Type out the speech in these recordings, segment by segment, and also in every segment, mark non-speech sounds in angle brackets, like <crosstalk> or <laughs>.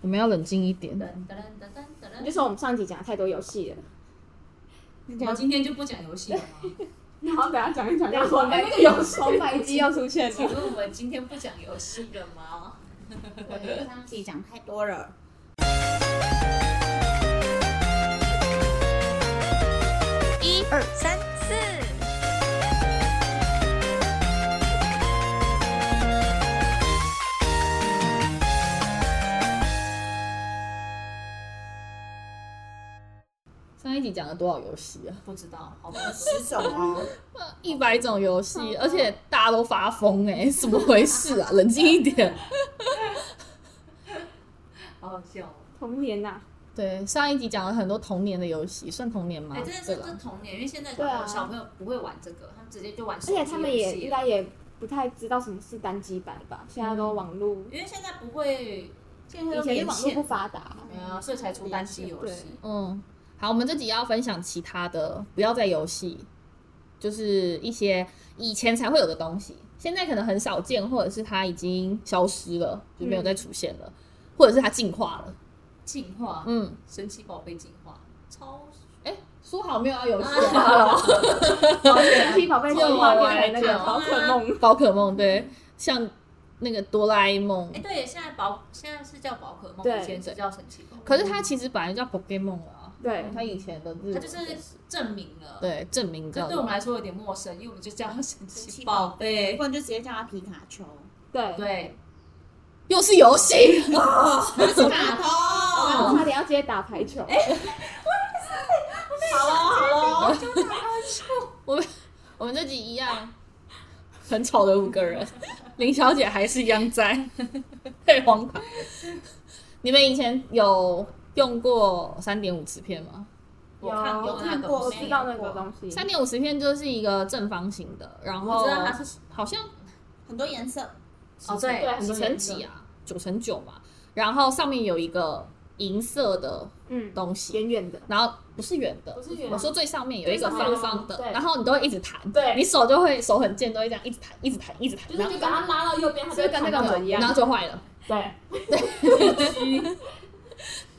我们要冷静一点。噔噔噔噔噔就噔。是我们上集讲太多游戏了，我们今天就不讲游戏了 <laughs> 吗？然后等下讲一讲就我说哎那个游 <laughs> 游戏戏红白机要出现请了。问我们今天不讲游戏了吗？对，上集讲太多了。一二三四，上一集讲了多少游戏啊？不知道， <laughs> 好吧。十种哦，一百种游戏，而且大家都发疯哎、 <laughs> 怎么回事啊？冷静一点。好好笑哦。童年呐、 <laughs> 对，上一集讲了很多童年的游戏，算童年吗？哎，真的对是了这童年，因为现在小对啊小朋友不会玩这个，他们直接就玩而手机且游他们也戏应该也不太知道什么是单机版吧，现在都网络，因为现在不会，现在以都前连网络线不，发 <laughs> 达，对啊，所以才出单机游戏。嗯，好，我们这集要分享其他的，不要再游戏，就是一些以前才会有的东西，现在可能很少见，或者是它已经消失了，就没有再出现了，嗯或者是它进化了。进化，嗯，神奇宝贝进化，超哎、说好没有要游戏、 <laughs> 啊神奇宝贝进化变成那个就宝可梦，宝可梦啊对，像那个哆啦 A 梦哎，，对，现在宝现在是叫宝可梦，对以前是叫神奇宝贝，可是它其实本来叫 Pokemon 了啊，对它以前的日文它就是证明了。，对证明这叫对我们来说有点陌生，因为我们就叫它神奇宝贝 <laughs> 不。然就直接叫他皮卡丘。对，对，又是游戏， <laughs> 皮卡丘，哦我差点要直接打排球，好哦好哦，我们这集一样，很吵的五个人，林小姐还是一样在， <laughs> 太荒唐。你们以前有用过三点五磁片吗？我看有过那看个，过我没知道那用个过东西，三点五磁片就是一个正方形的，然后我知道它是好像很多颜色，哦对对很几多乘颜几色啊？九乘九嘛，然后上面有一个银色的嗯，东西，远远的，然后不是圆的，不是圆的我说最上面有一个最上面方方的有对，然后你都会一直弹，对你手就会手很贱，都会这样一直弹，一直弹，一直弹，然后把它拉到右边，它就跟那个门然后就坏了。对，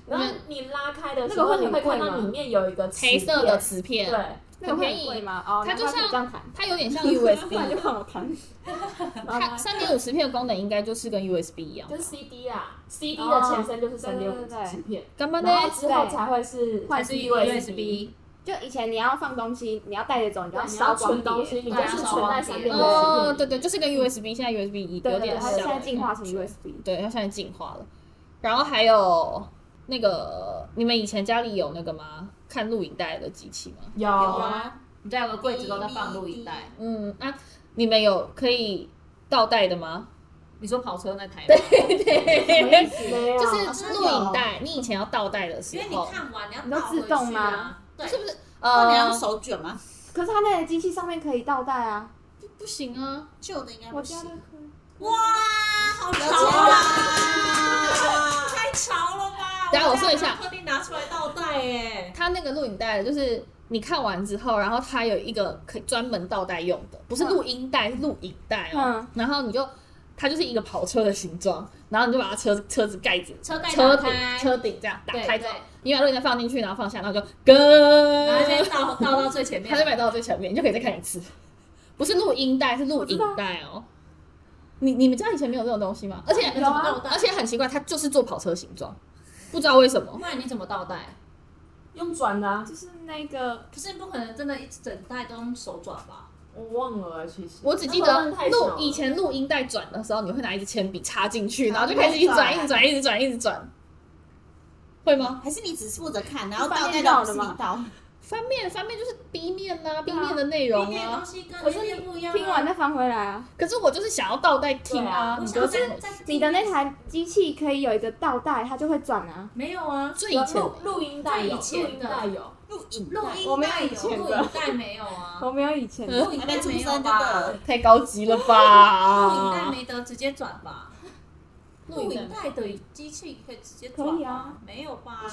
然后你拉开的时那个候，会你很会看贵吗到里面有一个黑色瓷片的瓷片，对，那个会很贵吗？哦，它就难怪可以像这样 <laughs> 弹，它有点像不然就 USB。换我弹，它三点五磁片的功能应该就是跟 USB 一样就。是 CD 啦，CD 哦的前身就是对三对点五对磁片，干嘛呢？然后之后才会是换还才是是 USB，就以前你要放东西，你要带着走，你就然后你烧要光存东碟西，。对你就啊是烧存光在碟三点五哦，对磁片里。对，就是跟 USB，现在 USB 有对对，点它像。现在进化成 USB。对，它现在进化了。然后还有那个，你们以前家里有那个吗？看录影带的机器吗？有有啊，你家有个柜子都在放录影带。嗯，那、你们有可以倒带的吗？你说跑车那台吗，没有，就是录影带，你以前要倒带的时因为你候，看完你要你都倒自回动去吗啊？对，是不是？不然你呃要，手卷吗？可是它那个机器上面可以倒带啊，不行啊，旧的应该我不家的行。可以。哇，好有潮钱啊！太潮了吧！等下我家说一下还特地拿出来倒带耶。它那个录影带就是你看完之后，然后它有一个可以专门倒带用的，不是嗯录音带，是录影带哦。嗯然后你就它就是一个跑车的形状，然后你就把它车车子盖子、车盖车打顶、开车顶这样打对开之后对，你把录影带放进去，然后放下，然后就跟，然后先倒倒到最前面它就，摆到最前面，你就可以再看一次。不是录音带，是录影带哦。你你们家以前没有这种东西吗？而且哎你怎么倒带而且很奇怪，它就是做跑车形状，不知道为什么。不然你怎么倒带？用转的啊，就是那个可是你不可能真的一整袋都用手转吧？我忘了啊其实。我只记那得个太小录了以前录音带转的时候，你会拿一支铅笔插进去，啊然后就开始一直转，一直转，一直转，一直转，会吗？还是你只是负责看，然后倒带到不是你倒，翻面翻面就是 B 面呐、B 啊面的内里容面的啊东。西跟可是里面不一样啊。听完再放回来啊。可是我就是想要倒带听啊我，你想就要是再再你的那台机器可以有一个倒带，它就会转啊。没有啊？最以前录录音带有，最以前的录音带有，录影录我音没带有以有，前录的影带没有 <laughs> 啊？我没有以前的，录影还带没出没有生就吧？得太高级了录影带吧？没得直接转吧？录影带的机器可以直接转可以吗啊，没有吧？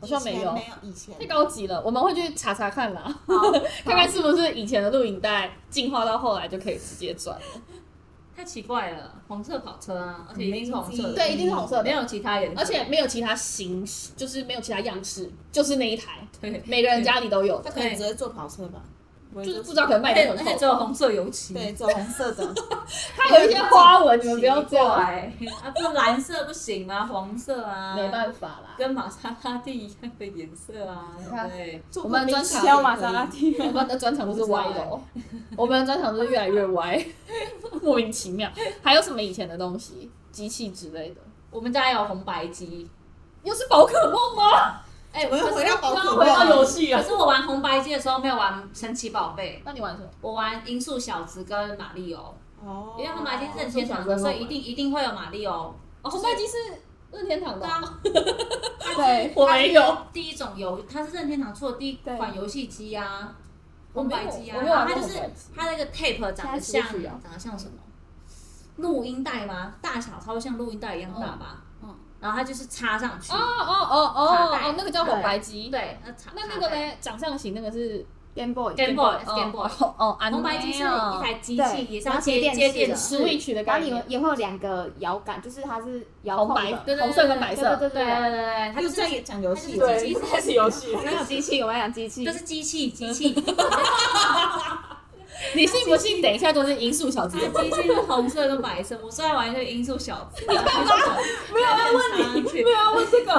好像没有以前没有以前太高级了，我们会去查查看啦， <laughs> 好看看是不是以前的录影带进化到后来就可以直接转了。太奇怪了，黄色跑车啊，而且一定是红色的，对，一定是红色没的，有其他颜色，而 <laughs> 且没有其他形式，就是没有其他样式，就是那一台，对，每个人家里都有他的，可能只会坐跑车吧，就就是不知道可能卖而给且什而么且口只有红色油漆，对，走红色 <laughs> 的，它有一些花纹，哎你们不要这样，哎，啊，不蓝色不行吗？黄色啊，没办法啦。跟玛莎拉蒂一样的颜色啊，对不对？我们的专场敲玛莎拉蒂，我们的专场都是歪的哦， <laughs> 我们的专场就是越来越歪， <laughs> 莫名其妙。还有什么以前的东西，机器之类的，我们家有红白机，又是宝可梦吗？哎、我又回到宝可回到梦，游戏可啊，是我玩红白机的时候没有玩神奇宝贝，那你玩什么？我玩音速小子跟马里奥，哦因为红白机是任天堂的，所以一定一定会有马里奥。哦，红白机是任天堂的对哦，啊，对，我没有。第一种游，它是任天堂出的第一款游戏机啊，我红没有白机啊，我没有然玩过后它就红是白机它那个 tape 长得像现在是不是啊长得像什么？录音带吗？大小超像录音带一样大吧？嗯嗯然后它就是插上去哦，哦哦卡哦带哦，那个叫红白机。对，那插那那个插在嘞，长相型那个是 Game Boy， Game Boy Game 哦 Boy，哦哦，安红白机是一台机器，对也是要然后接接电接视电的视， Switch 的然概后念你，也会有两个摇杆，就是它是遥红控白的。对对对红色跟白色，对对对对对对对，它他就就是在讲游戏了， <laughs> 对，开始游戏，对，没有机器，我们要讲机器就。是机器 <laughs> 机器，你信不信？等一下就是音速小子它。机器是红色跟白色。我最爱玩那个音速小子，没有要问你，对啊，问这个，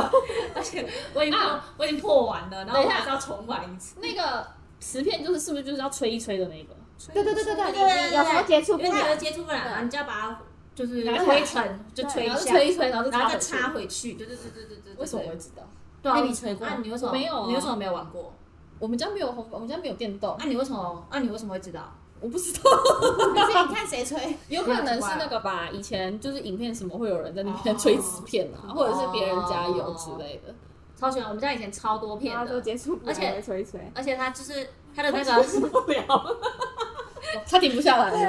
而且我已经破我已经破完了，然后啊等一我下还是要重玩一次。那个磁片就是是不是就是要吹一吹的那个？对对对对对对对对有时候接触因不为它有了，接触不了，然后你就要把它就是拿起来推成就吹然一后下，吹一吹，然后然后再再插插回去。回去。对对对对对对对。为什么我会知道？对啊，被你吹过那你为什么我没有啊你为什么没有玩过？我们家没有红，我们家没有电动，那你为什么？啊那你为什么会知道？我不知道，可是你看 <laughs> 谁吹，有可能是那个吧。以前就是影片什么会有人在那边吹磁片啊，或者是别人家有之类的。超喜欢，我们家以前超多片然后就的，接触不而了，且会吹一吹。而且它就是它的那个不了，他停不下来了。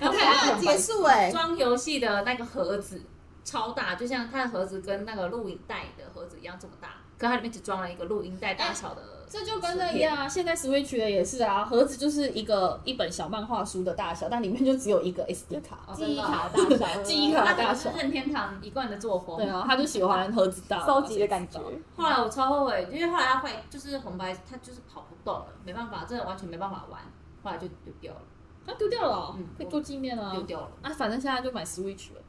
然后啊他结束哎，装游戏的那个盒子超大，就像它的盒子跟那个录影带的盒子一样这么大，可它里面只装了一个录音带大小的。哎这就跟那一样啊，现在 Switch 的也是啊，盒子就是一个一本小漫画书的大小，但里面就只有一个 SD 哦 <laughs> 卡，记忆卡大小，记忆那卡个大是小。任天堂一贯的作风。对啊，他就喜欢盒子大，收集的感觉。后来我超后悔，因为后来它坏，就是红白，它就是跑不动了，没办法，真的完全没办法玩。后来就丢掉了，他丢掉了哦嗯，可以做纪念啊丢。掉了。啊，反正现在就买 Switch 了。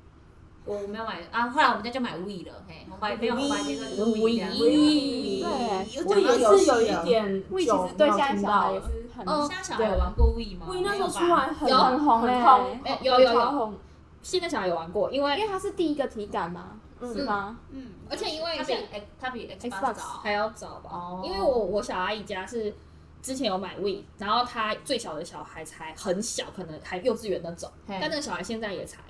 我我没有买啊，后来我们家就买 We 了，嘿，红白没有红白机，就嗯是 Wii We 这样。咦，又我讲到也游是戏有一了，点我其久实没对有现在听小到孩也了。是很，嗯现在小孩有玩过 We 吗？喂，那时候出没有吧来很有很红很嘞红，哎有有有超红，现在小孩有玩过，因为因为它是第一个体感嘛，嗯是吗？嗯，而且因为它比现 X 它比 Xbox Xbox 早，啊还要早吧，哦因为我我小阿姨家是之前有买 We，然后她最小的小孩才很小，可能还幼稚园那种，嘿但那个小孩现在也才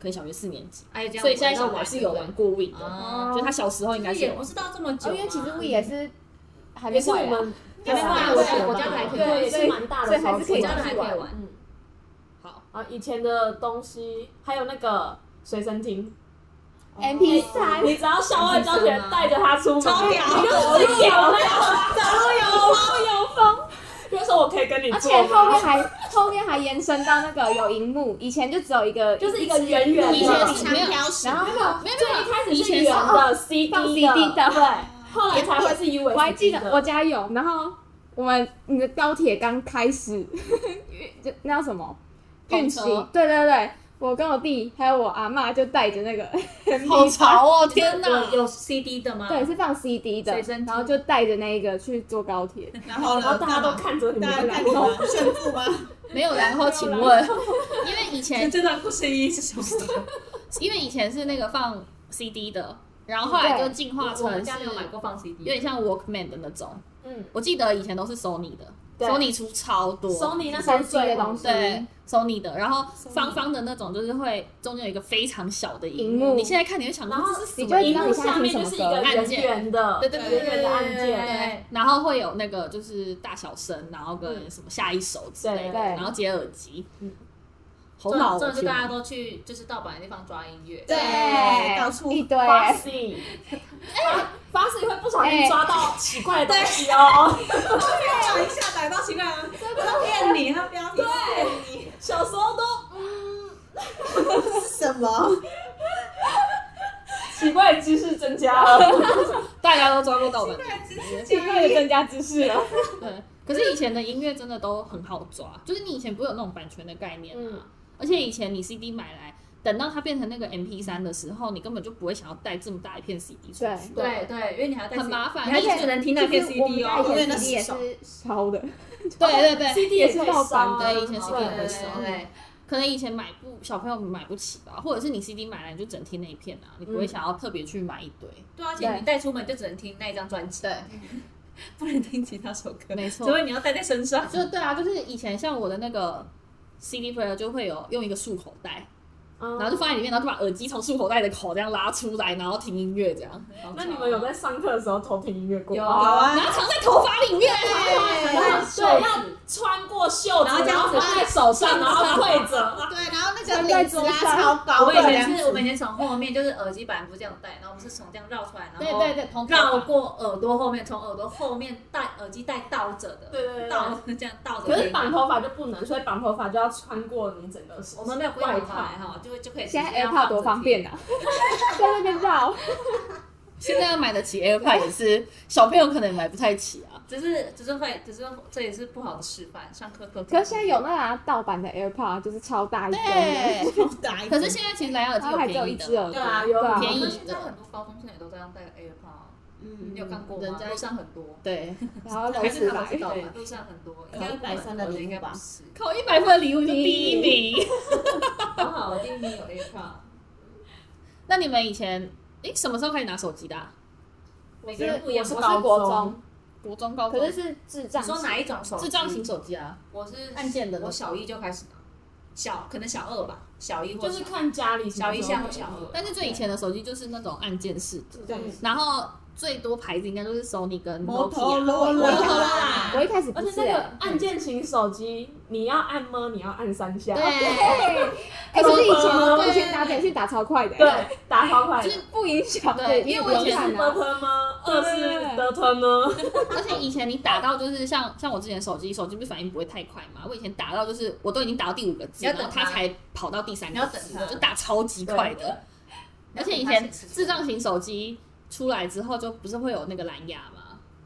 可能小学四年级，哎，这样所以现在小我们孩是有玩哦过 We 的，啊，就他小时候应该就是是也有不玩。是到这么久哦，啊，因为其实 We 也是还没也是我坏啊，们还没对啊坏，我家我家的还可以对，玩，也是蛮大的所以时候还是可以出来我家的还可以玩嗯好，啊，以前的东西还有那个随身听， MP 三，你只要校外教学带着它出门，超屌你就是屌了，走路有风，有风。比如说我可以跟你而且做，后面还后面还延伸到那个有荧幕，以前就只有一个，就是一个圆圆以前的是，长 <laughs> 条形，然后没有最一开始以是前是圆的放 CD CD 的，对，后来才会是 USB 的。我还记得我家有，然后我们你的高铁刚开始， <laughs> 就那叫什么通运车行？对对对，我跟我弟还有我阿嬷就带着那个 MP 好潮哦！就是天哪，有有 CD 的吗？对，是放 CD 的啊随身，听然后就带着那一个去坐高铁。然后然后呢，大家都看着你们大家在看干你嘛，们炫富吗？没有。然后请问，因为以前这段故事意义是什么？因为以前是那个放 CD 的，然后后来就进化我成们家是没有买过放 CD，有点像 Walkman 的那种。嗯，我记得以前都是 Sony 的对，Sony 出超多 Sony 那时候三 C 的最红东西对 Sony 的，然后方方的那种，就是会中间有一个非常小的荧荧幕你现在看你会想，然后这是什你么就荧荧幕？幕下面就是一个圆圆的，对对对圆圆的按键，对，然后会有那个就是大小声，然后跟什么下一首之类对的，对然后接耳机嗯，好老这哦！就天大家哪都去就是盗版的地方抓音乐，对，到处一堆，发誓，哎，发誓会不小心抓到奇怪的东西哦。撞一下，逮到奇怪人，我都骗你，他标题骗你，小时候是都什么？奇怪的知识增加了，大家都抓不到吧？奇怪的增加知识了。对，可是以前的音乐真的都很好抓，就是你以前不会有那种版权的概念啊，嗯而且以前你 CD 买来，等到它变成那个 MP 3的时候，你根本就不会想要带这么大一片 CD 出去，对对，因为你还要带很麻烦你还而且只能听那片 CD 我哦。们因为家以前那是 CD 也手是烧的，对对对， ，CD 也是盗版对的，以前对 CD 也会对收。对，可能以前买不小朋友买不起吧，或者是你 CD 买来你就整听那一片啊，你不会想要特别去买一堆。对，而且你带出门就只能听那一张专辑，对，不能听其他首歌，没错所以你要带在身上。就对啊，就是以前像我的那个 CD player 就会有用一个束口袋，然然后就放在里面，然后就把耳机从束口袋的口这样拉出来，然后听音乐这样。那你们有在上课的时候偷听音乐过吗？有有啊然，后藏在头发里面，然后对对，要穿过袖子，然后这然样后子放在手上，然后跪着。对，然后那个领子拉超高我的，们以前是，我们以前从后面就是耳机板不是这样戴，然后我们是从这样绕出来，然后 <laughs> 对对对，同绕。过耳朵后面，从耳朵后面戴耳机戴倒着的，对对对对倒这样倒着可听。是绑头发就不能，所以绑头发就要穿过你整个我们没有规外定套。牌哈，就就可以现在 AirPod 多方便啊！啊， <laughs> 在那边绕。现在要买得起 AirPod 也是小朋友可能买不太起啊。只是只是会，只是这也是不好的示范，上课都。可是现在有那拿盗版的 AirPod，就是啊超大一根的，对，打一个可是现在其实蓝牙耳机然后还只有哦有便一宜的，只耳朵，对啊有啊便宜可是现在很多高中生也都在用戴 AirPod，嗯你有看过吗？人家路上很多，对，然还后都是是他们吧知。道对吧，？路上很多，应考该130的我觉得礼应物该吧不是。考一百分的礼物就第一名。刚好我第一名有 AirPod，那你们以前，诶，什么时候开始拿手机的啊？每个是人不一样。我是我高是国中中，国中、高中，可是是智障你型，说哪一种手机？智障型手机啊，我是按键的那我种小一就开始拿，小可能小二吧，小一或就是小看家里什么小一时下候或小二。但是最以前的手机就是那种按键式的，对然后最多牌子应该都是 Sony 跟摩 Nokia 托摩罗拉托罗拉，我一开始不而且是那个欸，按键型手机，你要按么？你要按三下。对，哎，可是以前摩托我以前打简讯打超快的，，对，打超快的。就是不影响，对因为我以一前看是得啊，吞吗？对二对对是得吞呢？而且以前你打到就是像像我之前手机，手机不是反应不会太快嘛？我以前打到就是我都已经打到第五个字，你要然等后它它才跑到第三你个要等字，它就打超级快的。而且以前智障型手机出来之后，就不是会有那个蓝牙嘛？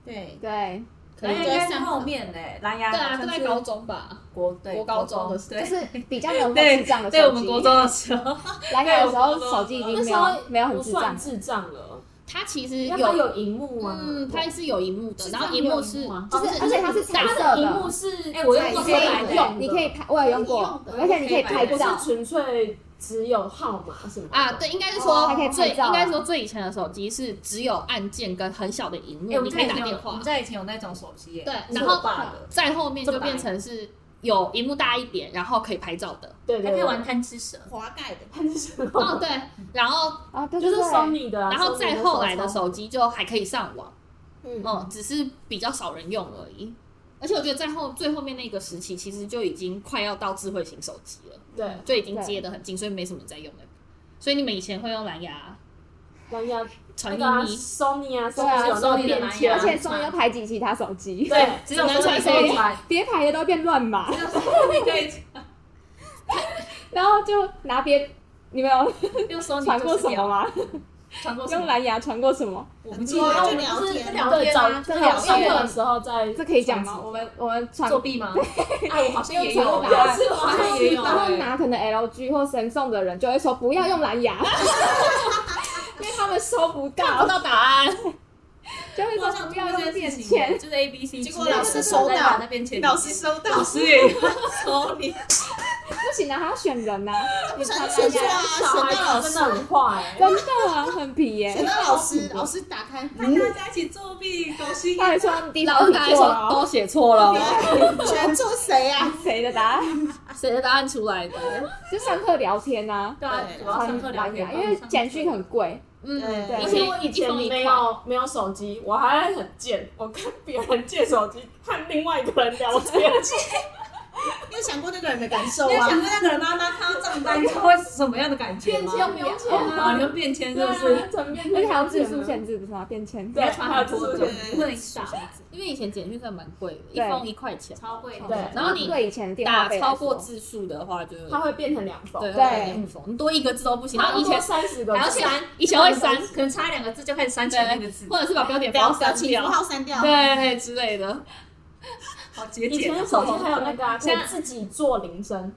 对，对，可蓝能牙就应在该是上后课，面嘞，蓝牙对啊，就在高中中吧，国对国高中的时对就是比较没有那么对智障的手 <laughs> 机。对，我们国中的时候，蓝牙的时对我候国中手机已经那没时候有没有很不智算障，智障了，它其实因为它有。有荧幕啊。嗯，它是有荧幕的，是然后上荧面有幕荧是幕吗就就是而且它是彩它色的荧幕的，是，哎我用用过可来以的用的，你可以拍，我有用过用，的而且你可以可以拍不照是，纯粹只有号码什么的啊，，对，应该是哦说还可以拍最照啊应该说最以前的手机是只有按键跟很小的荧幕，哎，我你们可在以以打前电有我话们。在以前有那种手机耶，对是然我后爸的，再后面就变成是有荧幕大一点，然后可以拍照的。 <laughs> 对还对可以对，玩贪吃 <laughs> 蛇，滑盖的，它是什么哦，对，然后啊，对就对对，是 Sony 的啊，然后 Sony 再后来的手超机就还可以上网，嗯嗯，只是比较少人用而已。而且我觉得在后最后面那个时期，其实就已经快要到智慧型手机了，对就已经接得很近，所以没什么人在用的。所以你们以前会用蓝牙蓝牙传那音个啊机， Sony 啊对啊，Sony 有那个 Sony 的便蓝签，牙而且送要排挤其他手机，对，只有只能手机传可以手机传，别排的都变乱 <laughs> 码，只有手机可以传然后就拿别，你们有用手机传过什么么？吗？传过什用么？蓝牙传过什么？我不记对啊得，就我聊们是天聊对，天早啊，早聊上天课的时候在这可以讲吗？传纸我们我们传作弊吗？哎，我好像也有，用我传好像也有然后哎，拿可能 LG 或神送的人就会说不要用蓝牙，因为他们收不看不到到，答案。就会我好说像不听过要这用件便事签情，。就是 A B C，结果老师收到那边签，老师收到老，师也收你，不行啊，还要选人呐、啊，不想选去啊，小选孩到老子真师的，很坏欸，真的啊，很皮 <laughs> 耶、选到老师，老师打开，大家一起作弊，狗心他还说你第一老道师题刚才错说了哦、都写错了 <laughs> 哦，选出谁啊？谁的答案？谁的答案出来的？就上课聊天呐、对啊，我要上课聊蓝天牙，，因为简讯很贵，嗯，对而以且前我以一前封一没块有没有手机，我还很贱，我跟别人借手机和另外一个人聊天，你有想过那个人的感受你有啊想？过那个人妈妈看到账单他会是什么样的感觉吗？不用钱啊，你们变迁是对不啊，是？怎么变而且还要字数限制，不是吗？变迁对要穿很多对种，不能少，因为以前简讯课蛮贵的，一对封一块钱，超贵的。对然后你对以前的电话打费来超过说字数的话就它会变成两封，对对会有点不爽你多一个字都不行。然后以前三十个字，然后删，以前会删，可能差两个字就开始删前面的字 <laughs> 对，，或者是把标点符表号表删情符掉，号删掉，对之类的。好节以俭前哦。的手机还有那个啊，可以现在自己做铃声，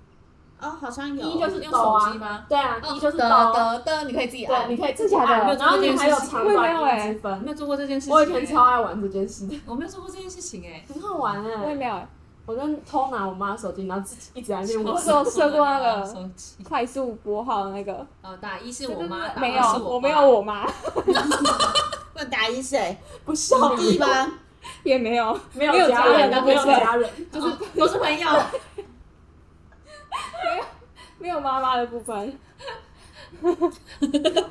哦，好像有。一就是用抖手啊机，吗？对啊，一就是抖的啊，的的，你可以自己对，按你。可以自己真的假按，的然后你还有长我也没有短欸音之我分。没有做过这件事情。我以前超，爱玩这件事的，我没有做过这件事情哎。很好玩我也哎，没有欸我就偷拿我妈的手机，然后自己一直在那边 <laughs> 玩我。只有设过那个手机。快速拨号的那个，哦，打一是我妈，没有打二是，我爸没有，我妈不能打一谁？不孝弟吗？吗？也没有，没有家人的，没有家人，就是都是朋友。没有妈妈的部分， <laughs>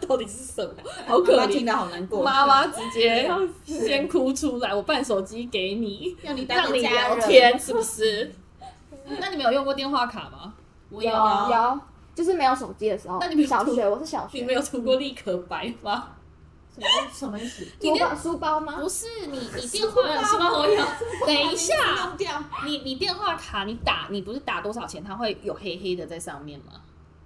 到底是什么？好可妈妈怜听。得好难过。妈妈直 <laughs> 接先哭出来，我办手机给你，让你当让个你家聊人，天，是不是？ <laughs> 那你们有用过电话卡吗？我有有，啊有，就是没有手机的时候。那你没有小涂学，我是小学你，们有涂过立可白吗？什么什么意思？你书那包书包吗？不是你，你电话什么我有？等一下， <laughs> 弄掉。你你电话卡你打你不是打多少钱，它会有黑黑的在上面吗？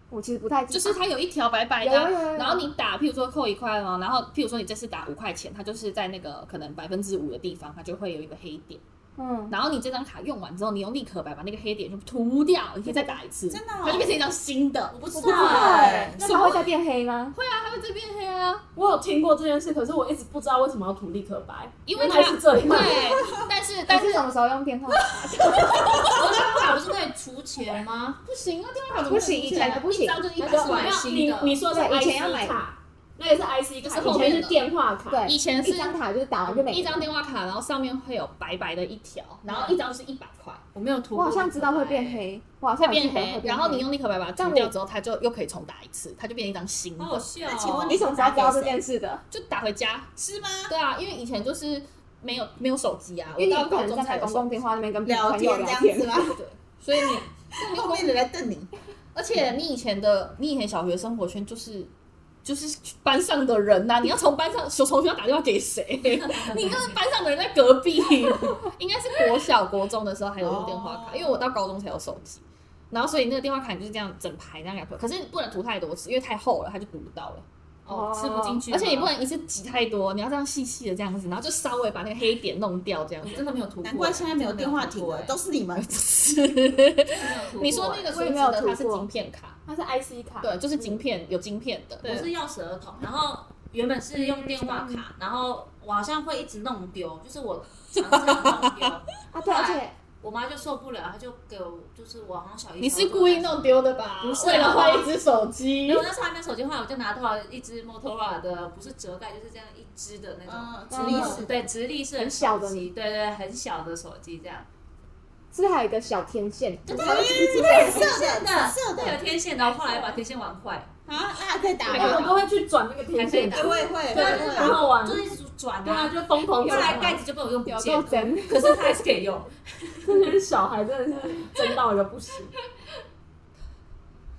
我其实不太记就得，是它有一条白白的有有有啊，有然后你打，譬如说扣一块嘛，然后譬如说你这次打五块钱，它就是在那个可能百分之五的地方，它就会有一个黑点。嗯，然后你这张卡用完之后，你用立可白把那个黑点就涂掉，你可以再打一次，真的哦它就变成一张新的。我不知我不知道道哎欸哎。那它会再变黑吗？对啊，它会再变黑啊，我有听过这件事，可是我一直不知道为什么要涂立可白，因为原它来是这样。对，但是但你是是什么时候用电话？我电话卡不是可以除钱吗？不行啊，电话卡不行，以前的不一行，张就是一那百就块买，新你的。你说的是对以前要 IC 买卡，那也是 IC 就是卡，后以面的前是电话卡。对，以前是一张卡就是打完就没了。一张电话卡，然后上面会有白白的一条，然后一张是一百块，我没有涂我过好立可白。像知道会变黑，我好会像有记变得会黑。然后你用立可白把它但涂我掉之后，它就又可以重打一次，它就变成一张新好好的，笑哦。那请问你什么时候知道这件事的？就打回家。是吗？对啊，因为以前就是没有没有手机啊，因为你我有到可高能中站才在有公手共电话那边跟朋聊友天这聊样子天，吗？ <laughs> 机对，所以你后面的人在瞪你，而且你以前的，你以前小学生活圈就是就是班上的人呐、你要从班上从从学校打电话给谁？ <laughs> 你跟班上的人在隔壁，应该是国小国中的时候还有用电话卡，哦因为我到高中才有手机，然后所以那个电话卡你就是这样整排这样给它涂可是不能涂太多次，因为太厚了，它就读不到了，哦，吃不进去，而且你不。能一次挤太多，你要这样细细的这样子，然后就稍微把那个黑点弄掉这样我子。 <laughs> 真的没有涂过，难怪现在没有电话 <laughs> 亭了，都是你们。你说那个我数也字没有的它是涂过晶片卡，嗯它是 IC 卡，对，就是晶片有晶片的，我是钥匙儿童，然后原本是用电话嗯卡，然后我好像会一直弄丢，就是我常常弄丢， <laughs> 啊对，而且我妈就受不了，她就给我，就是我好像小姨，你是故意弄丢的吧？不是为了换一只手机没有，。我那时候还没有手机，后来我就拿到了一只 Motorola 的，不是折盖，就是这样一只的那种嗯，直立式的，对，直立式很手小的机，对对，很小的手机这样，是不是还有一个小天线？对它会一直紫色真的，的紫色的那有天线的，我后来把天线玩坏，啊，那还可以打哎，我吗？都会去转那个天线，对，对，会会就是会很。好玩就。一直转对啊，啊，就疯狂后转来啊。盖子就被我用不有见够了，真，可是它还是可以用，这些小孩真的是真到一个不行。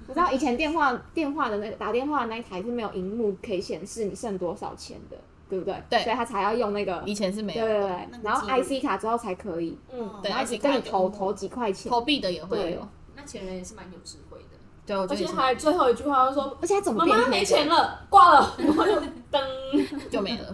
你知道以前电话电话的那个打电话的那一台是没有荧幕可以显示你剩多少钱的，对不对？对所以他才要用那个，以前是没对有对的，对那个记录，然后 IC 卡之后才可以，嗯，对然后 IC 只卡跟你投有投几块钱，投币的也会有。那前人也是蛮有智慧的。对，我觉得而且以前还最后一句话就说。而且它怎么妈变妈黑没的？钱了，挂了，然后就噔，就没 <laughs> 了，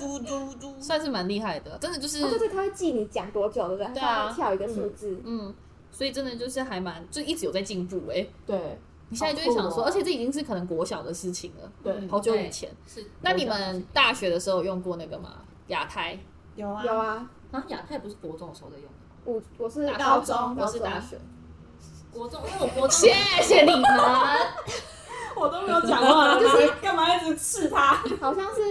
嘟嘟嘟嘟，算是蛮厉害的，真的就是哦，对对，它会记你讲多久，对不对？对啊它会跳一个数字，嗯，所以真的就是还蛮就一直有在进步哎、对你现在就会想好酷说，哦而且这已经是可能国小的事情了，对，好久以前。是那你们大学的时候有用过那个吗？亚太？有啊有啊，然后亚太不是国中的时候在用的吗？我我是大高中我是大学。国中，因为我国中谢谢 <laughs> 你们，我都没有讲话，就是干嘛一直刺他？好像是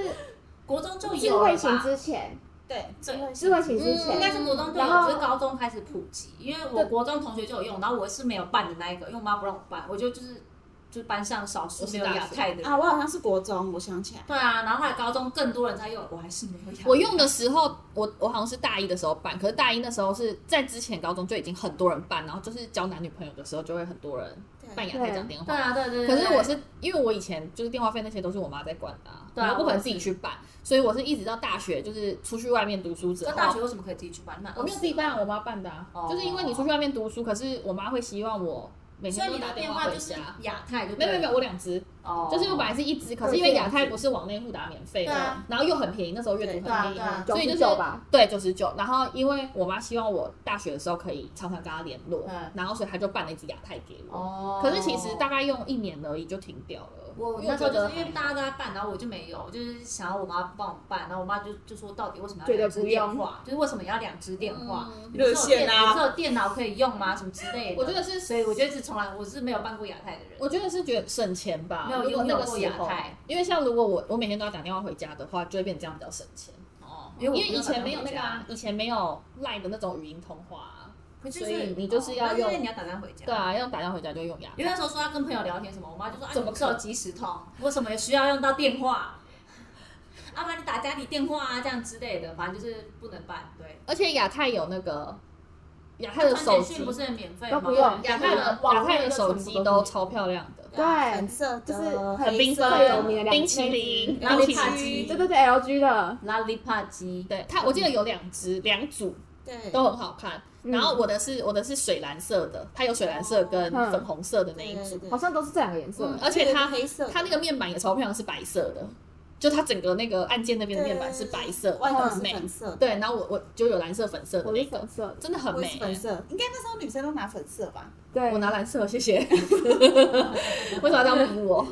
国中就智有慧了型吧？之前，对，对，智慧型之应该前，是国中就然有，后只是高中开始普及。因为我对国中同学就有用，然后我是没有办的那一个，因为我妈不让我办，我就就是就是班上少数我没是有大亚学太的人。啊，我好像是国中，我想起来，对啊，然后后来高中更多人才用，我还是没有亚太。我用的时候，我我好像是大一的时候办，可是大一那时候是在之前高中就已经很多人办，然后就是交男女朋友的时候就会很多人办对亚太讲电对话。啊，对对对。可是我对是因为我以前就是电话费那些都是我妈在管的、啊，对啊然后不可能自己去办，所以我是一直到大学就是出去外面读书之后哦可，大学为什么可以自己去办？那我没有自己办，我妈办的、啊哦就是因为你出去外面读书，可是我妈会希望我每所天都以你打的电话话回就是家。亚太就没有没有没有，有，我两只，哦就是我本来是一只，可是因为亚太不是往内户打免费的对啊，然后又很便宜，那时候阅读很对啊便宜对啊，所以就是99吧对九十九。然后因为我妈希望我大学的时候可以常常跟她联络嗯，然后所以她就办了一只亚太给我。哦。可是其实大概用一年而已就停掉了。我因为那我时候觉就得是因为大家都在办，然后我就没有，我就是想要我妈帮我办，然后我妈就就说到底为什么要觉得两只不电用话，就是为什么要两只电话？嗯你不是有热线电啊你不是有电脑可以用吗？什么之类的。我觉得是所以我觉得是从来我是没有办过亚太的人。我觉得是觉得省钱吧，没有如果拥有那个过时亚候太，因为像如果我我每天都要打电话回家的话，就会变成这样比较省钱。哦，因为我以前没有那个打电话啊，以前没有赖的那种语音通话啊，回家，所以你就是要哦那因为用你要打电话回家。对啊，要打电话回家就用亚因为那时候说要跟朋友聊天什么，我妈就说：“啊，怎么你不是有即时通？为什么需要用到电话？ <laughs> 要、不然你打家里电话啊，这样之类的，反正就是不能办。”对，而且亚太有那个亚太的手传简讯机，不是很免费吗？都不用亚太的亚太的手机都超漂亮的，对啊对粉，色就是的，很缤最有纷名的，两冰淇淋，然后冰淇帕淋，基对，对对，LG 的，拉力帕基，对它我记得有两只两组对，都很好看，嗯然后我的是我的是水蓝色的，它有水蓝色跟嗯粉红色的那对一对组，对好像都是这两个颜色。而且它有一个黑色的它那个面板也超漂亮，是白色的，就它整个那个按键那边的面板是白色的，外头很是美。粉色的，对，然后我我就有蓝色、粉色的我是那个粉，色的，真的很我也美是欸、粉色，应该那时候女生都拿粉色吧？对，我没拿蓝色，谢 <laughs> 谢。为什么要这样逼我？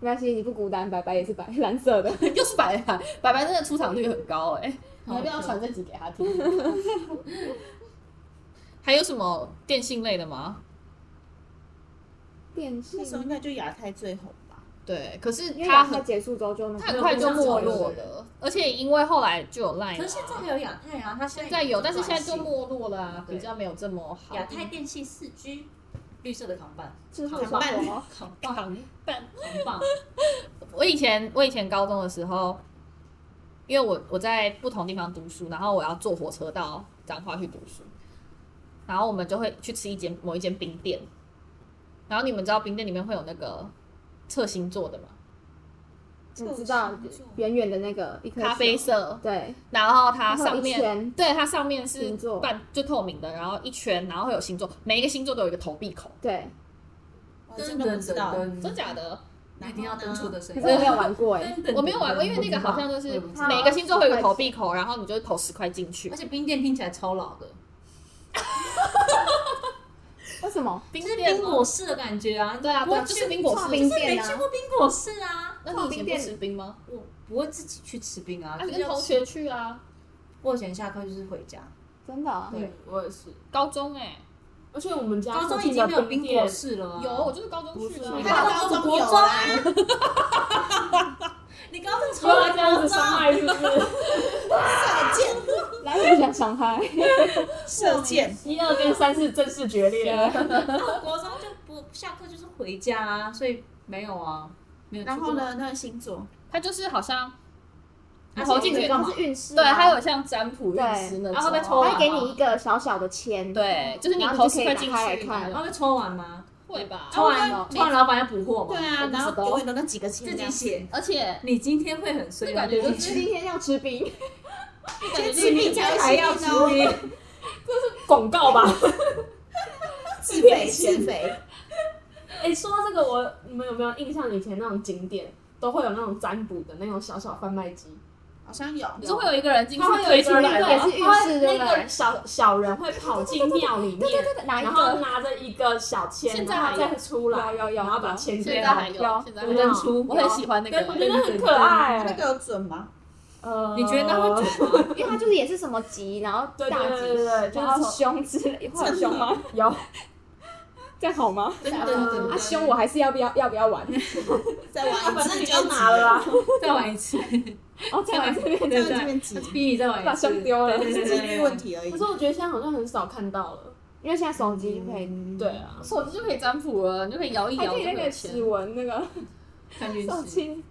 关系，你不孤单，白白也是白，蓝色的。又是白白，白白真的出场率很高哎、你好要不要笑传这集给他听？ <laughs> 还有什么电信类的吗？电信那时候应该就亚太最红吧？对，可是因为它它很结束之后就那它很个快就没落没有了，而且因为后来就有 Line，可是现在啦还有亚太啊，它现在有，但是现在就转型没落了啊，对比较没有这么好。亚太电信四 G 绿色的扛棒，就是好什慢 <laughs> 么？扛棒，棒棒。 <laughs> 扛棒，我以前我以前高中的时候，因为我我在不同地方读书，然后我要坐火车到彰化去读书，然后我们就会去吃一间某一间冰店，然后你们知道冰店里面会有那个测星座的嘛，你知道远远的那个一颗咖啡球，色，对，然后它会有上一面圈对它上面是星座半就透明的，然后一圈，然后会有星座，每一个星座都有一个投币孔，对，我真的不知道，嗯真假的？一定要登出的声可音是。我没有玩过哎， <laughs> 我没有玩过，因为那个好像就是我不知道每个星座会有一个投币孔，然后你就投十块进去 <laughs> 而。且冰店听起来超老的，为什么？冰就是店啊冰果室的感觉啊。对啊，不会对啊，就去是冰果吃室。冰就是没店去啊，过冰果室啊。那你以前不吃冰吗？我不会自己去吃冰啊，啊，就你是跟要同吃学去啊？我以前下课就是回家。真的啊，对，我也是，高中哎，而且我们家高中附近已经没有的冰店果室了啊。啊有，我就是高中去的不是啊。吧高中有啦，国你高中不从要来这样子伤害是不是？射箭，来我想伤害，射箭，一二跟三是正式决裂了。到国中就不下课就是回家啊，所以没有啊，没有。然后？呢，那个星座，他就是好像啊投进去这干个嘛是运势啊，对，还有像占卜运势那然后被种抽啊。他会给你一个小小的签，，对，就是你然后投十就可以块打进开来去，看然后被哦抽完吗？会吧？抽完啊我抽完老板要补货吗？对啊，然后永远都那几个自签这己样，写。而且你今天会很衰啊那吗，感觉就吃是今天要吃冰，先吃冰才还有要吃吃冰哦， <laughs> 冰。广告吧。自肥自肥，哎、说到这个，我你们有没有印象？以前那种景点都会有那种占卜的那种小小贩卖机，好像有，你是会有一个人进去它会有推一出个来人，的也，是运势它会对不对那个小小人会跑进庙里面，哪一然后个？拿着一个小签，现在然还后有再出来，有有有然后把签现贴在好还有，现在还有有人出我很喜欢那对我觉个。得很可爱、那个有准吗？呃，你觉得他会煮吗？因为它就是也是什么吉，然后对对大对对吉，对，就然后是凶之类，会有凶吗？有 <laughs> 这样好吗？对对对对对啊，凶我还是要不要要不要玩？再玩一反正次你就都拿了啦，再玩一 <laughs> 次，哦，再玩这边急，就这边急，逼你再玩一把次凶。丢了。是几率问题而已可。是我觉得现在好像很少看到了， <laughs> 因为现在手机嗯可以，对啊，手机就可以占卜了，你就可以摇一还摇可就以那会个有指钱。纹那个看运手气。机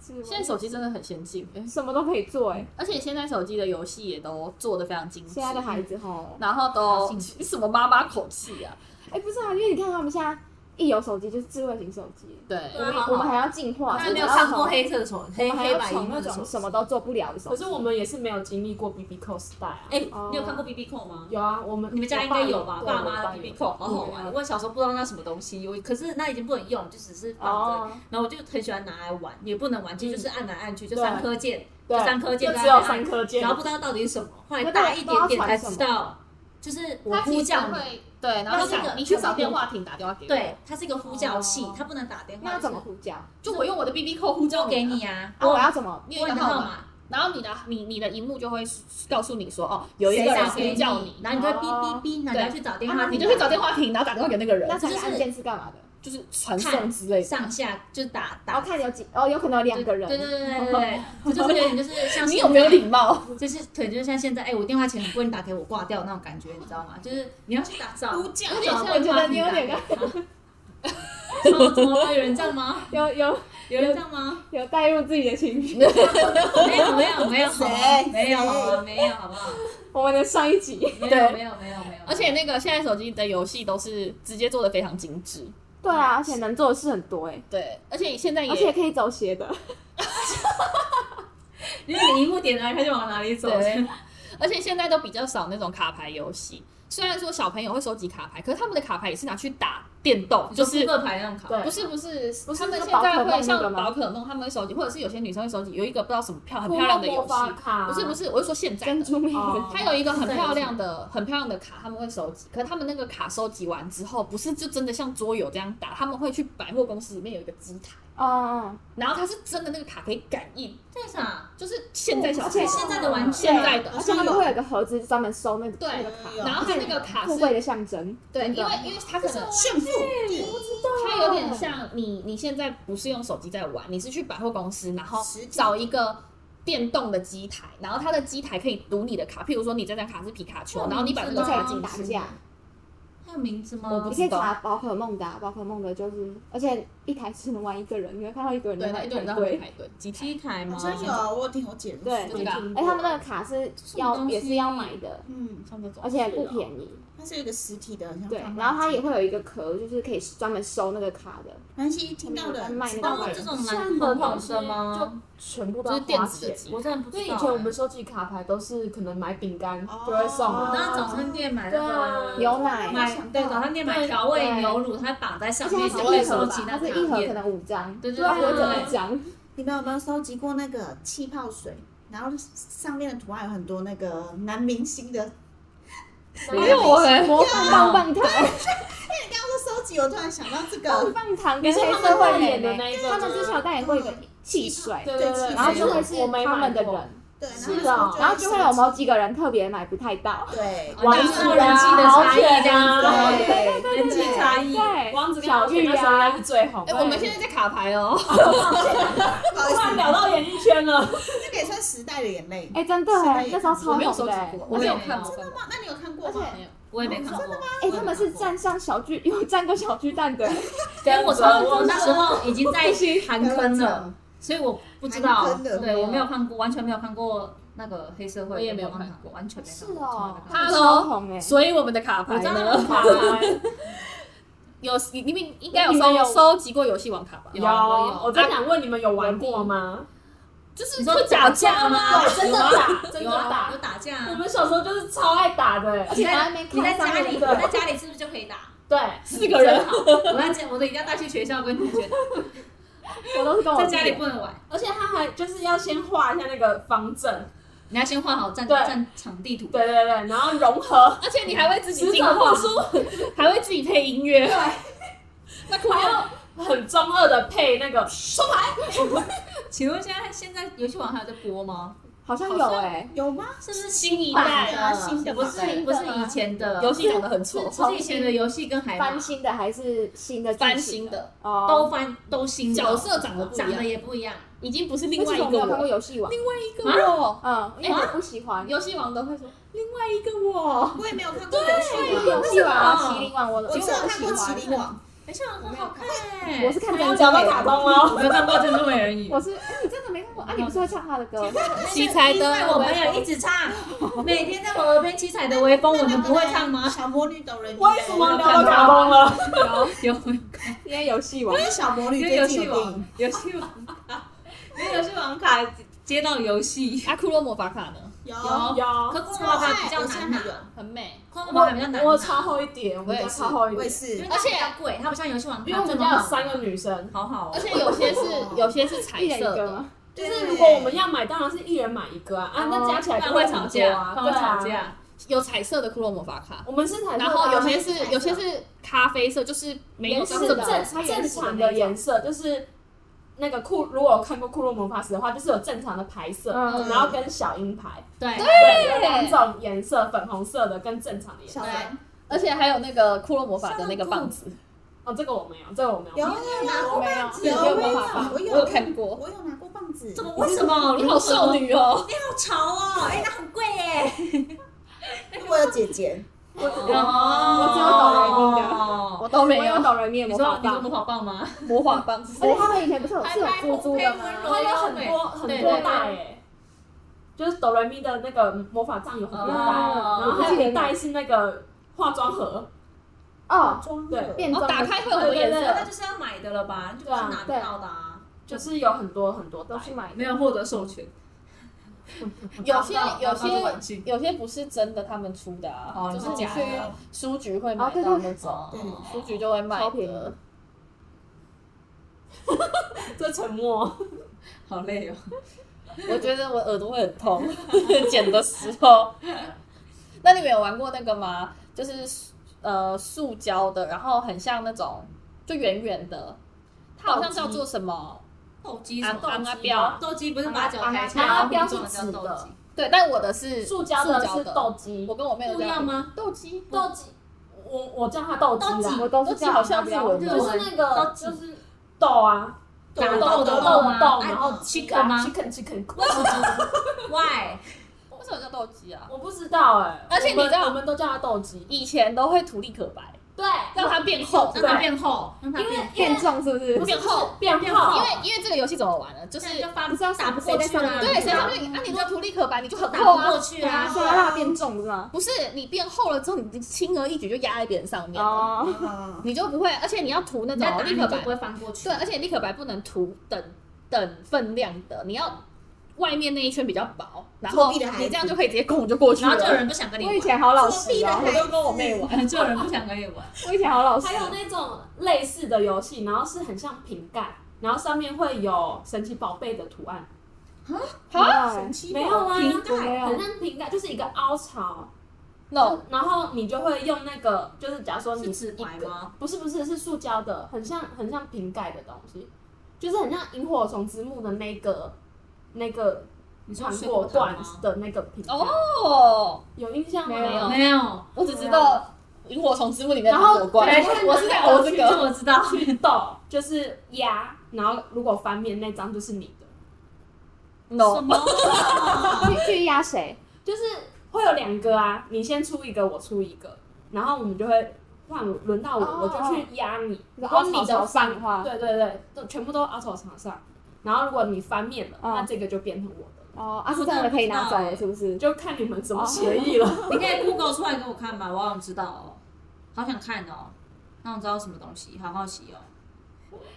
指纹，现在手机真的很先进，哎什么都可以做哎、而且现在手机的游戏也都做的非常精致现。在的孩子吼，然后好都幸你什么妈妈口气啊？哎、不是啊，因为你看他们现在一有手机就是智慧型手机，对，对我啊们好好我们还要进化，他还没就有是要看过从黑色的手，黑我们还黑要白从荧那幕的手种机什么都做不了的手可机。是我们也是没有经历过 B B 扣时代啊。哎、哦你有看过 B B 扣吗？有啊，我们你们家应该有吧？我爸爸妈的 B 有 B 扣好好嗯玩。我小时候不知道那什么东西，我可是那已经不能用，就只是放着。哦，然后我就很喜欢拿来玩，也不能玩，其实就是按来按去，就对三颗键，就对，三颗就键在那只边有按三颗键，然后不知道到底是什么，后来那大到底一点点不知道才传什么知道，就是我它呼其实叫你，会对，然它后是一个你去找全部电话亭打电话给我，对，，它是一个呼叫器哦，它不能打电话，那要就是怎么呼叫？就我用我的 B B 扣呼呼叫叫给你你啊，啊？啊，我要怎么？你有我一你个的号号码，码，然后你的你你的荧幕就会告诉你说，哦，有一个谁人打给呼叫你，然后你就会哔哦哔哔，然后你要去找电话啊亭，你就去找电话亭，然后打电话给那个人那，这个就是按键是干嘛的？就是传送之类的。上下就打然打后看有几哦，有可能有两个人。对对对对对，这就是有点就是像你有没有理？礼貌？ <laughs> 就是对，就是像现在，哎、我电话钱很贵，你打给我挂掉那种感觉，你知道吗？就是你要去打造，呼叫有点找像电我觉话得亭你有打点给 <laughs> 我怎么了？有人这样吗？有有有人这样吗？有带入自己的情绪。没有没有没有，好吗谁 <laughs> 没有好吗？没有好不好？我们的上一集，没有对没有没有没有，而且那个现在手机的游戏都是直接做的非常精致，对啊，而且能做的事很多哎，对，而且现在也而且可以走斜的。因为你荧幕点哪里，它就往哪里走。 <laughs> 对，而且现在都比较少那种卡牌游戏。虽然说小朋友会收集卡牌，可是他们的卡牌也是拿去打电动，就就是是各牌那种卡，对不是不是不呃是他们那个现宝在可会梦那个像吗宝可梦，他们会收集，或者是有些女生会收集，有一个不知道什么漂很骷漂亮髅的游魔戏，法卡，不是不是，我是说现在珍的。珠美人哦它有一个很漂亮的、很漂亮的卡，他们会收集。可是他们那个卡收集完之后，不是就真的像桌游这样打，他们会去百货公司里面有一个机台，哦哦，然后它是真的那个卡可以感应，这是啊，就是现在小而朋且友现在的玩具现在的而哦且他们会有一个盒子专门收那个对那个卡，然后它那个卡富是贵的象征。对，因真的为因为它可能炫富，它有点像你，你现在不是用手机在玩，你是去百货公司，然后实体找一个电动的机台，然后它的机台可以读你的卡，譬如说你这张卡是皮卡丘，哦然后你把这你个可卡以进进去打架，它有名字吗？我不你知可以打宝可梦的啊，宝可梦的就是，而且一台只能玩一个人，你会看到一个人对，在然后那一堆人里在排后面队。排队，机台机台吗？好像有，我有听我姐对这说个啊哎，他们那个卡是什么要东西啊也是要买的，嗯，像这种，而且不便宜。它是有一个实体的，很像对，啊放然后它大镜也会有一个壳，就是可以专门收那个卡的。南希听到了，卖那知个道哦了，这种现蓝在红的东黄西色吗？就全部就都是要电花子的钱。机我真的不因知为以道。前我们收集卡牌都是可能买饼干哦就会送啊我嘛，那早餐店买那个牛奶，买对早餐店买调味牛乳，它绑在上而且它面，是你就可以一收盒集吧，那它个是卡一盒可片。能五啊张，对对啊不然不会整对一张。你们有没有收集过那个气泡水？然后上面的图案有很多那个男明星的。因啊为哎我很魔法棒棒糖，刚刚说收集，我突然想到这 <laughs> 棒个，棒糖跟你说黑他们社代会言演的的那一个吗，他们之前有代言过一个汽水，对对对，对然后就会是我没他们的买过人，对，是然啊后然后就会有某几个人特别买不太到，对哦王那子是人啊气的好差异卷这样子哎啊对对对人气差异。对，王子跟哎小玉玉那时候应该啊是，最红。哎、我们现在在卡牌哦，不好意突然思，聊到演艺圈 <laughs> 了，这个也算时代的眼泪。哎，真的哎，那时候我超没有收集红的哎，过，我没也有没看有过，真的吗？那你有看过而且吗？没有我也没看过。哎，他们是站上小巨， <laughs> 有站过小巨蛋的，对，我说我那时候已经在韩刚刚坑了，讲，所以我不知道韩坑，的对我没有看过，完全没有看过那个黑社会，我也没有看看过完全没看是过。哦，从来没看他过 Hello 超红哎，所以我们的卡牌我真的呢，很卡牌。有你你们应该有你们有收收集过游戏王卡吧？有啊我在想问你们有玩过吗？就是你说会假架吗？对，真的打，真有的啊，有打。打架啊。我们小时候就是超爱打的，哎而且还没你在看家上里，面你的， <laughs> 在家里是不是就可以打？对，四个人真好我在家，我都一定要带去学校跟同学打，我都是跟我在弟家里的不能玩。而且他还就是要先画一下那个方阵，你要先画好战对战场地图，对对对，然后融合，而且你还会自己死进者化复，苏， <laughs> 还会自己配音乐。对，那酷还要很中二的配那个，请问现在现在游戏王还有在播吗？好像有哎、有吗？是不是新一新代的的？啊新的不是版不是以前的游戏长得很 <laughs> 丑，不是以前的游戏跟海马翻新的还是新的？翻新的哦，都翻都新的，角色嗯长得不一长得样，也不一样。已经不是为另外什一个么没有看过我，啊游戏王？另外一个我。嗯，因为我不喜欢。游戏王都会说另外一个我，我也没有看过游戏王，游戏为王、什么麒麟王，我我因只为有我看喜过《欢麒麟王没事，很好看我哎是。看不要珍讲珠到美卡人通鱼。哦。没有看过《珍珠美 <laughs> 人鱼我是，哎，你真的没看过啊？你不是会唱他的歌？七彩欸因为灯，我朋友一直唱， <laughs> 每天在我耳边七彩的微 <laughs> 风，我们不会唱吗？小魔女斗人鱼，为什么聊到卡通了？啊有因为游戏王因为小魔女因为最游近戏有电影王，游戏王卡，因为游戏王卡接到游戏，啊阿库洛魔法卡呢，有有有，可库洛魔法比较我现在难拿，还有很美，库洛魔法比较难拿，我超厚一点，我我们也家是超厚一我也点，是因为，它比较贵，它不像游戏王卡因为我这们么家有好，三个女生。好好哦而。且有些是有些是彩 <laughs> 一人一色个的，吗？就是如果我们要买，当然是一人买一个啊，啊，那加起来不就然会会很多吵啊架，不然会对啊吵。架。有彩色的库洛魔法卡，我们是彩色的然啊，后有些彩色是有些是咖啡色，就是没有颜什色么正的它正原始的常那的种颜色啊就是。那个库，如果有看过《库洛魔法石》的话，就是有正常的牌色，嗯然后跟小鹰牌，对，对，有两种颜色，粉红色的跟正常的颜色小。兰而且还有那个库洛魔法的那个棒子，哦，这个我没有，这个我没有。有我有拿过棒子，没有我没有办法我我有有看过我有拿过棒子，怎么？为什么？你好少，女哦，你好潮哦！哎，那很贵耶。我有姐姐，哦我只有抖雷咪的。我都没我有有哆来咪的你魔说法你说棒魔，法棒吗？魔法棒是 <laughs> 而哎且他们以前不是有是有猪猪的吗？它有很多很对多对代对诶，就是哆来咪的那个魔法杖有很多代，哦然后还有一代是那个化妆盒，哦，妆对的变哦装的打开会有很多颜对色对对那就是要买的了吧？就不是拿不到的啊。就是有很多很多代都。去买的，有获得授权，有些拿不有到拿不到这玩些具有些不是真的，他们出的啊，哦就是你你说假去的书局会哦买对到对那种对，书局就会卖超便的宜。这沉默，好累哦。我觉得我耳朵会很痛， <laughs> 剪的时候。那你们有玩过那个吗？就是呃塑胶的，然后很像那种就圆圆的，它好像叫做什么？斗鸡什什么么？昂啊标斗鸡不是把脚抬起来，昂啊然标后是撞纸叫斗鸡的，对，但我的是塑胶的是豆斗，鸡我，跟我妹都不一样吗？豆鸡，斗鸡，我我叫它斗鸡斗鸡啦，我都豆是鸡这好样像拿日标文就的是那个斗鸡就是斗啊，打打斗斗的斗斗吗斗，哎然后 chicken 吗？chicken chicken， Why？为什么叫豆鸡啊？我不知道哎，而且你我们知道我们都叫它斗鸡，以前都会涂立可白，对，让它变厚，让它变厚，让它因为变因变为重是不是？变厚。变变厚厚因为因为这个游戏怎么玩呢？就就是是就发不知道打不过去啊，对，所以他们就就啊，你这涂立可白你就很打厚不过啊。去对啊，啊现。在让它变重是吗？不是你变厚了之后，你轻而易举就压在别人上面了。哦，啊，你就不会，而且你要涂那你在打种立你可就不白，会翻过去。啊对，而且立可白不能涂等等分量的，你要外面那一圈比较薄，然后作弊的孩子你这样就可以直接拱就过去然后就有了。人不想跟你我玩以，前好老作实弊的哦，孩子，跟我妹玩， <laughs> 就有人不想跟你玩。我以前好老实哦还。有那种类似的游戏，然后是很像瓶盖，然后上面会有神奇宝贝的图案，好神奇没有啊？瓶我没盖有很像瓶盖，就是一个凹槽， ，no，然后你就会用那个，就是假如说你是是纸一牌个吗，不是不是是塑胶的，很像很像瓶盖的东西，就是很像萤火虫之墓的那个那个你糖水果果罐罐吗？的那个瓶盖，哦，有印象吗？没有没有，我只知道萤火虫之墓里面的然后火关，对我是在熬这有这个，我知道。去斗就是压，然后如果翻面那张就是你的。什 no，么？去去压谁？就是会有两个啊，你先出一个，我出一个，然后我们就会换我轮到我，哦我就去压你。如如果果你你的的翻的翻话对对对，都全部都凹槽场上。然后如果你翻面了，嗯哦那这个就变成我的了，哦，啊，是这样的可以拿走了，是不是？就看你们怎么协议 <laughs> 了。 <laughs> 你可以 Google 出来给我看吧，我好想知道哦，好想看哦，好想知道什么东西，好好奇哦。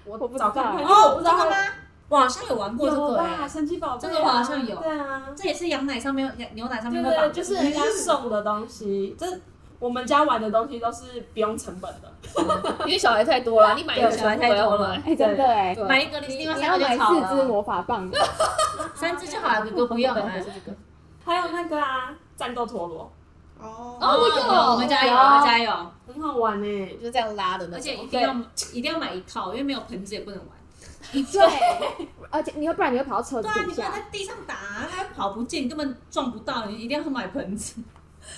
我我不知找看道看，因为哦，我不知道这个它吗？我好像有玩过这有个吧？哎，神奇宝贝啊，这个我好像有对啊，这也是羊奶上面、牛奶上对面对会绑对，的，就是人家送的东西，这我们家玩的东西都是不用成本的。 <laughs> 因为小孩太多了，你买一个对小孩全部都要太多了买哎，真的哎，对买一个，另外你三要个买就好四支了，魔法棒，三只就好了，哥哥不用啊 <laughs> 了。还有那个啊，战斗陀螺哦，哦我有有，我们家有，有我们家有，很好玩呢、欸就是这样拉的那而种且，一定要一定要买一套，因为没有盆子也不能玩。对，而且你会不然你会跑到车子对啊，底你不下要，在地上打、啊，它跑不见，你根本撞不到，你一定要买盆子。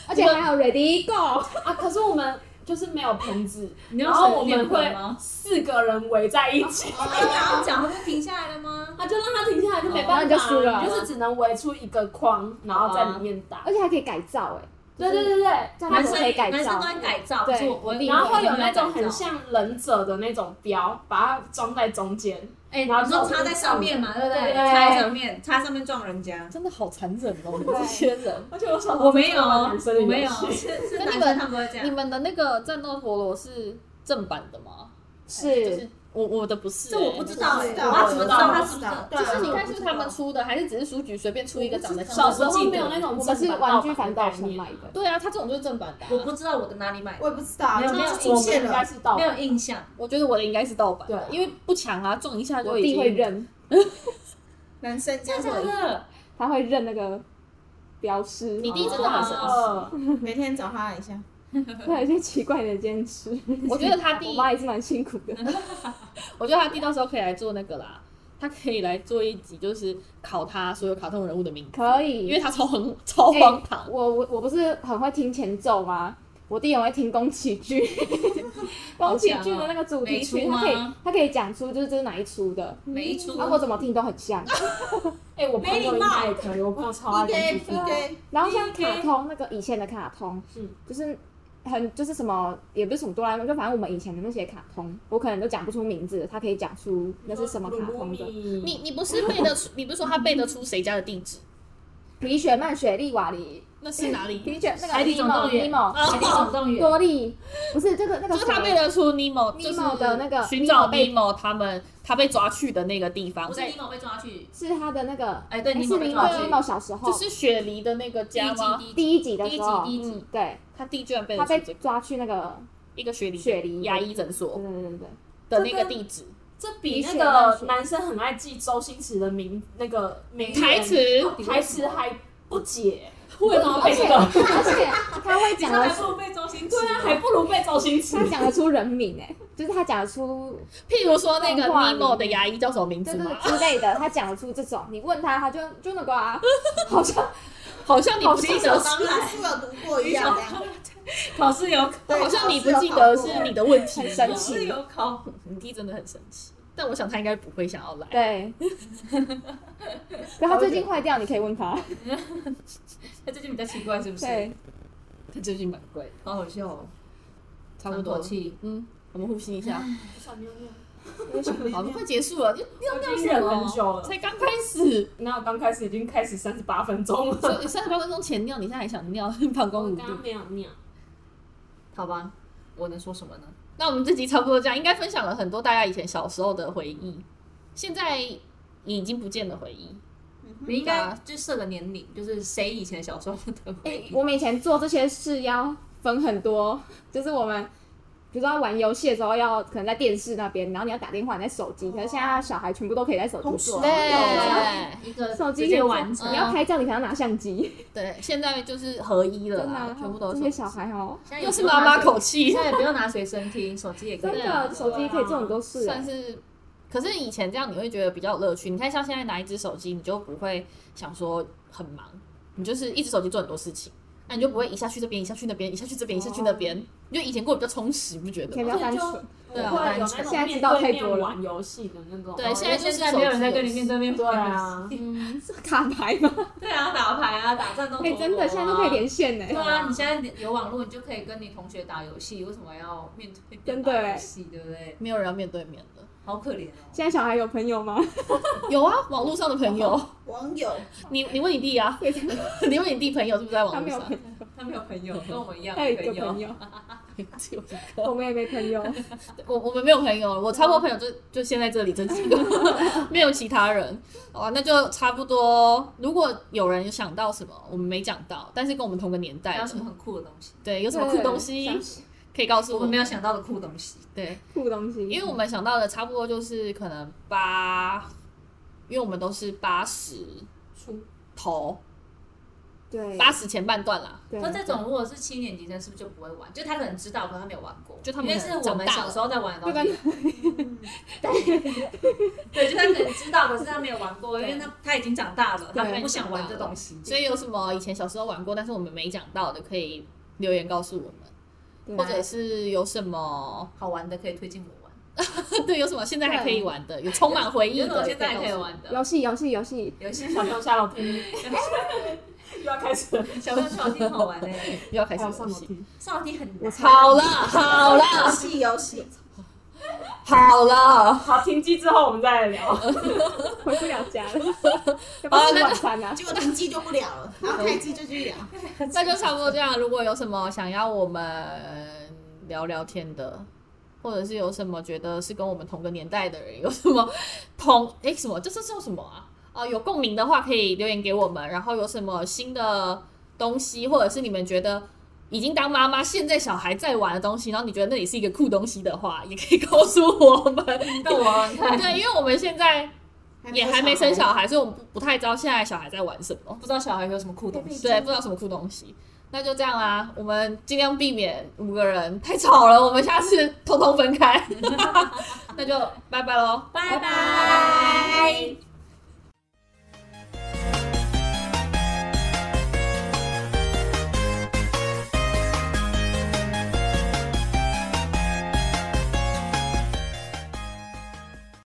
而啊且还有 ready go，啊，可是我们就是没有盆子，你然后我们们会吗？四个人围在一起，啊然后脚不停下来了吗？ <laughs> 啊，就让他停下来，就没哦那办你法，就输了你就是只能围出一个框，然后在里面打。而且还可以改造哎、哦对对对对，这样它男不生可以改造男生都在改造，对可是我我一定然后会有那那种很，像忍者的那种标，把它装在中间。哎，然后你说插在上面嘛，对不对？对插在上面，插上面撞人家。真的好残忍哦，你们这些人。而且我想我没有，哦男生我的游戏没有，是是那男你生们他们都会这你样。们的那个战斗陀螺是正版的吗？就是是我我的不是、欸这我不知道哎，知我要道，欸怎么知知道道，他是知不道，是？对就啊是你看是不是我知他们道出的，还是只是书局随便出一个长得像小的？时候没有那种我们是玩具反斗城买的，对啊，它这种就是正版的啊、我不知道我的哪里买的，我也不知道，没有就没有是我出们现应该了，是盗没版。有印象。我觉得我的应该是盗版的，对因为不强啊，撞一下我就已弟经会认，男生家真会的假的？他会认那个标识，你弟第一真的真的很很神神奇。奇，每天找他一下，会有一些奇怪的坚持。 <laughs> 我觉得他我弟，妈也是蛮辛苦的，我觉得他弟到时候可以来做那个啦，他可以来做一集，就是考他所有卡通人物的名字，可以，因为他超很超哎荒唐。我我我不是很会听前奏吗？我弟也会听宫崎骏，宫崎骏的那个主题曲，好他强哦可没出吗以他可以讲出就是这是哪一出的，每一出然嗯啊后我怎么听都很像。哎，我朋友应该也可以，我朋友超爱一 K 看 P K，然后像卡通那个以前的卡通，嗯就是很就是什么也不是什么哆啦 A 梦，就反正我们以前的那些卡通，我可能都讲不出名字，他可以讲出那是什么卡通的。你你你不是背得出，你不是说他背得出谁家的地址？皮雪曼、雪莉、瓦里、那是哪 <laughs> 里？皮雪那个海底总动员尼莫、海底总动员，多利，不是这个那个就是他谁背得出尼莫，就是尼莫的那个寻找尼莫被尼莫他们他被抓去的那个地方，不是在尼莫被抓去，是他的那个哎，对，哎尼是莫被尼抓莫去尼，莫小时候，就是雪梨的那个第一家季吗？第一第一集的第一时集候第，一嗯集，对，他弟居然背他得被出这个抓去那个，一个雪梨雪梨牙医诊对所对对对对，的那个地址这比那你选那个选男生很爱记周星驰的名那个名言台词，台词还不解，为什哦么而且 <laughs> 而且他会讲那 <laughs> 的还不如被周星驰。对啊，还不如背周星驰他。讲得出人名哎、就是他讲得出譬如说那动画个里尼莫的牙医叫什么名就字是吗？之类的，他讲得出这种，你问他他就就那个啊，好像好像你不记得，当当然，初有读过一样，这样 <laughs> 考试有对好像你不记考得试是有考过你的问题，很神考奇试有考，你弟真的很神奇，但我想他应该不会想要来。对。可他最近坏掉，你可以问他。他最近比较奇怪是不是？对，他最近蛮贵的，好好笑哦，差不多喘了。口气，嗯，我们呼吸一下。好，好快快结束了，要尿已尿经什忍很么？久了，哦才刚开始，那我刚开始已经开始三十八分钟了。所以三十八分钟前尿，你现在还想尿， <laughs> 膀胱无力。没有尿，好吧，我能说什么呢？那我们这集差不多这样，应该分享了很多大家以前小时候的回忆，现在已经不见的回忆。你应该就设个年龄，就是谁以前小时候的哎、回忆。我们以前做这些事要分很多，就是我们比如说玩游戏的时候要可能在电视那边，然后你要打电话，你在手机。可是现在小孩全部都可以在手机同时做，对一个手机直可以接嗯做完成你。要拍照，你可能要拿相机。对，现在就是合一了真的啦啊，，全部都这是些小孩哦，现在也又是不用妈拿妈手口现气，在也不用拿随身听，手机也可真以。的手机可以做很多事、算是。可是以前这样你会觉得比较有乐趣。你看像现在拿一只手机，你就不会想说很忙，你就是一只手机做很多事情，那你就不会一下去这边，一下去那边，一下去这边，一下去那边，你就以前过得比较充实，你不觉以得前比吗？较单纯，对对啊，啊不会有现那在知种面道对太多面了玩游戏的那种。对，哦现在就是现在没有人在跟你面对面对啊，嗯，是 <laughs> 卡牌吗？对啊，打牌啊，打战斗陀哎、螺啊真的，现在都可以。连线呢、对啊，你现在有网络，你就可以跟你同学打游戏，为什么要面对面真的打哎游戏，对不对？没有人要面对面的。好可怜哦。现在小孩有朋友吗？有啊，网络上的朋友，网友 <laughs> 你你问你弟啊， <laughs> 你问你弟朋友是不是在他网没络有上朋？友，他没有朋友，跟我们一样他有一个没朋朋友。友，只有一个我们也没朋友。 <laughs> 我我们没有朋友，我超过朋友就就现在这里这几个，没有其他人。哦，那就差不多。如果有人有想到什么我们没讲到，但是跟我们同个年代还有的什么很酷的东西？对， <laughs> 有什么酷东西可以告诉我我们们？没有想到的酷东西。对，酷东西？因为我们想到的差不多就是可能八，因为我们都是八十出头对，八十前半段啦，对可这种如果是七年级生，是不是就不会玩？就他可能知道，可他没有玩过，就他们因为是我长们大了小时候在玩的就东跟西。 <laughs> 对，就他可能知道，可是他没有玩过，因为他他已经长大了，他对不想玩这东西。所以有什么以前小时候玩过，但是我们没讲到的，可以留言告诉我们，对啊或者是有什么 <laughs> 好玩的可以推荐我玩，对有什么现在还可以玩的，有充满回忆有什的，么现在还可以的。玩 <laughs> 的游戏游戏游戏，游戏，小朋友下楼梯， <laughs> 又要开始了，小时候小挺好玩的， <laughs> 又要开始还有游上楼戏。梯，上楼梯很难。好了，好了，游戏游戏，好了。好，停机之后我们再聊。回不了家 <laughs> 了，要不要吃晚餐啊？结果停机就不聊了，然后开机就去聊。 <laughs> 那就差不多这样。如果有什么想要我们聊聊天的，或者是有什么觉得是跟我们同个年代的人有什么同诶什么，这是叫什么啊？啊、有共鸣的话可以留言给我们。然后有什么新的东西，或者是你们觉得已经当妈妈，现在小孩在玩的东西，然后你觉得那里是一个酷东西的话，也可以告诉我们。那我玩 <laughs> 看，对，因为我们现在也还没生小孩，所以我们不不太知道现在小孩在玩什么。不知道小孩有什么酷东西。对，不知道什么酷东西。那就这样啦，我们尽量避免五个人太吵了，我们下次 <laughs> 通通分开。那就拜拜喽。拜拜。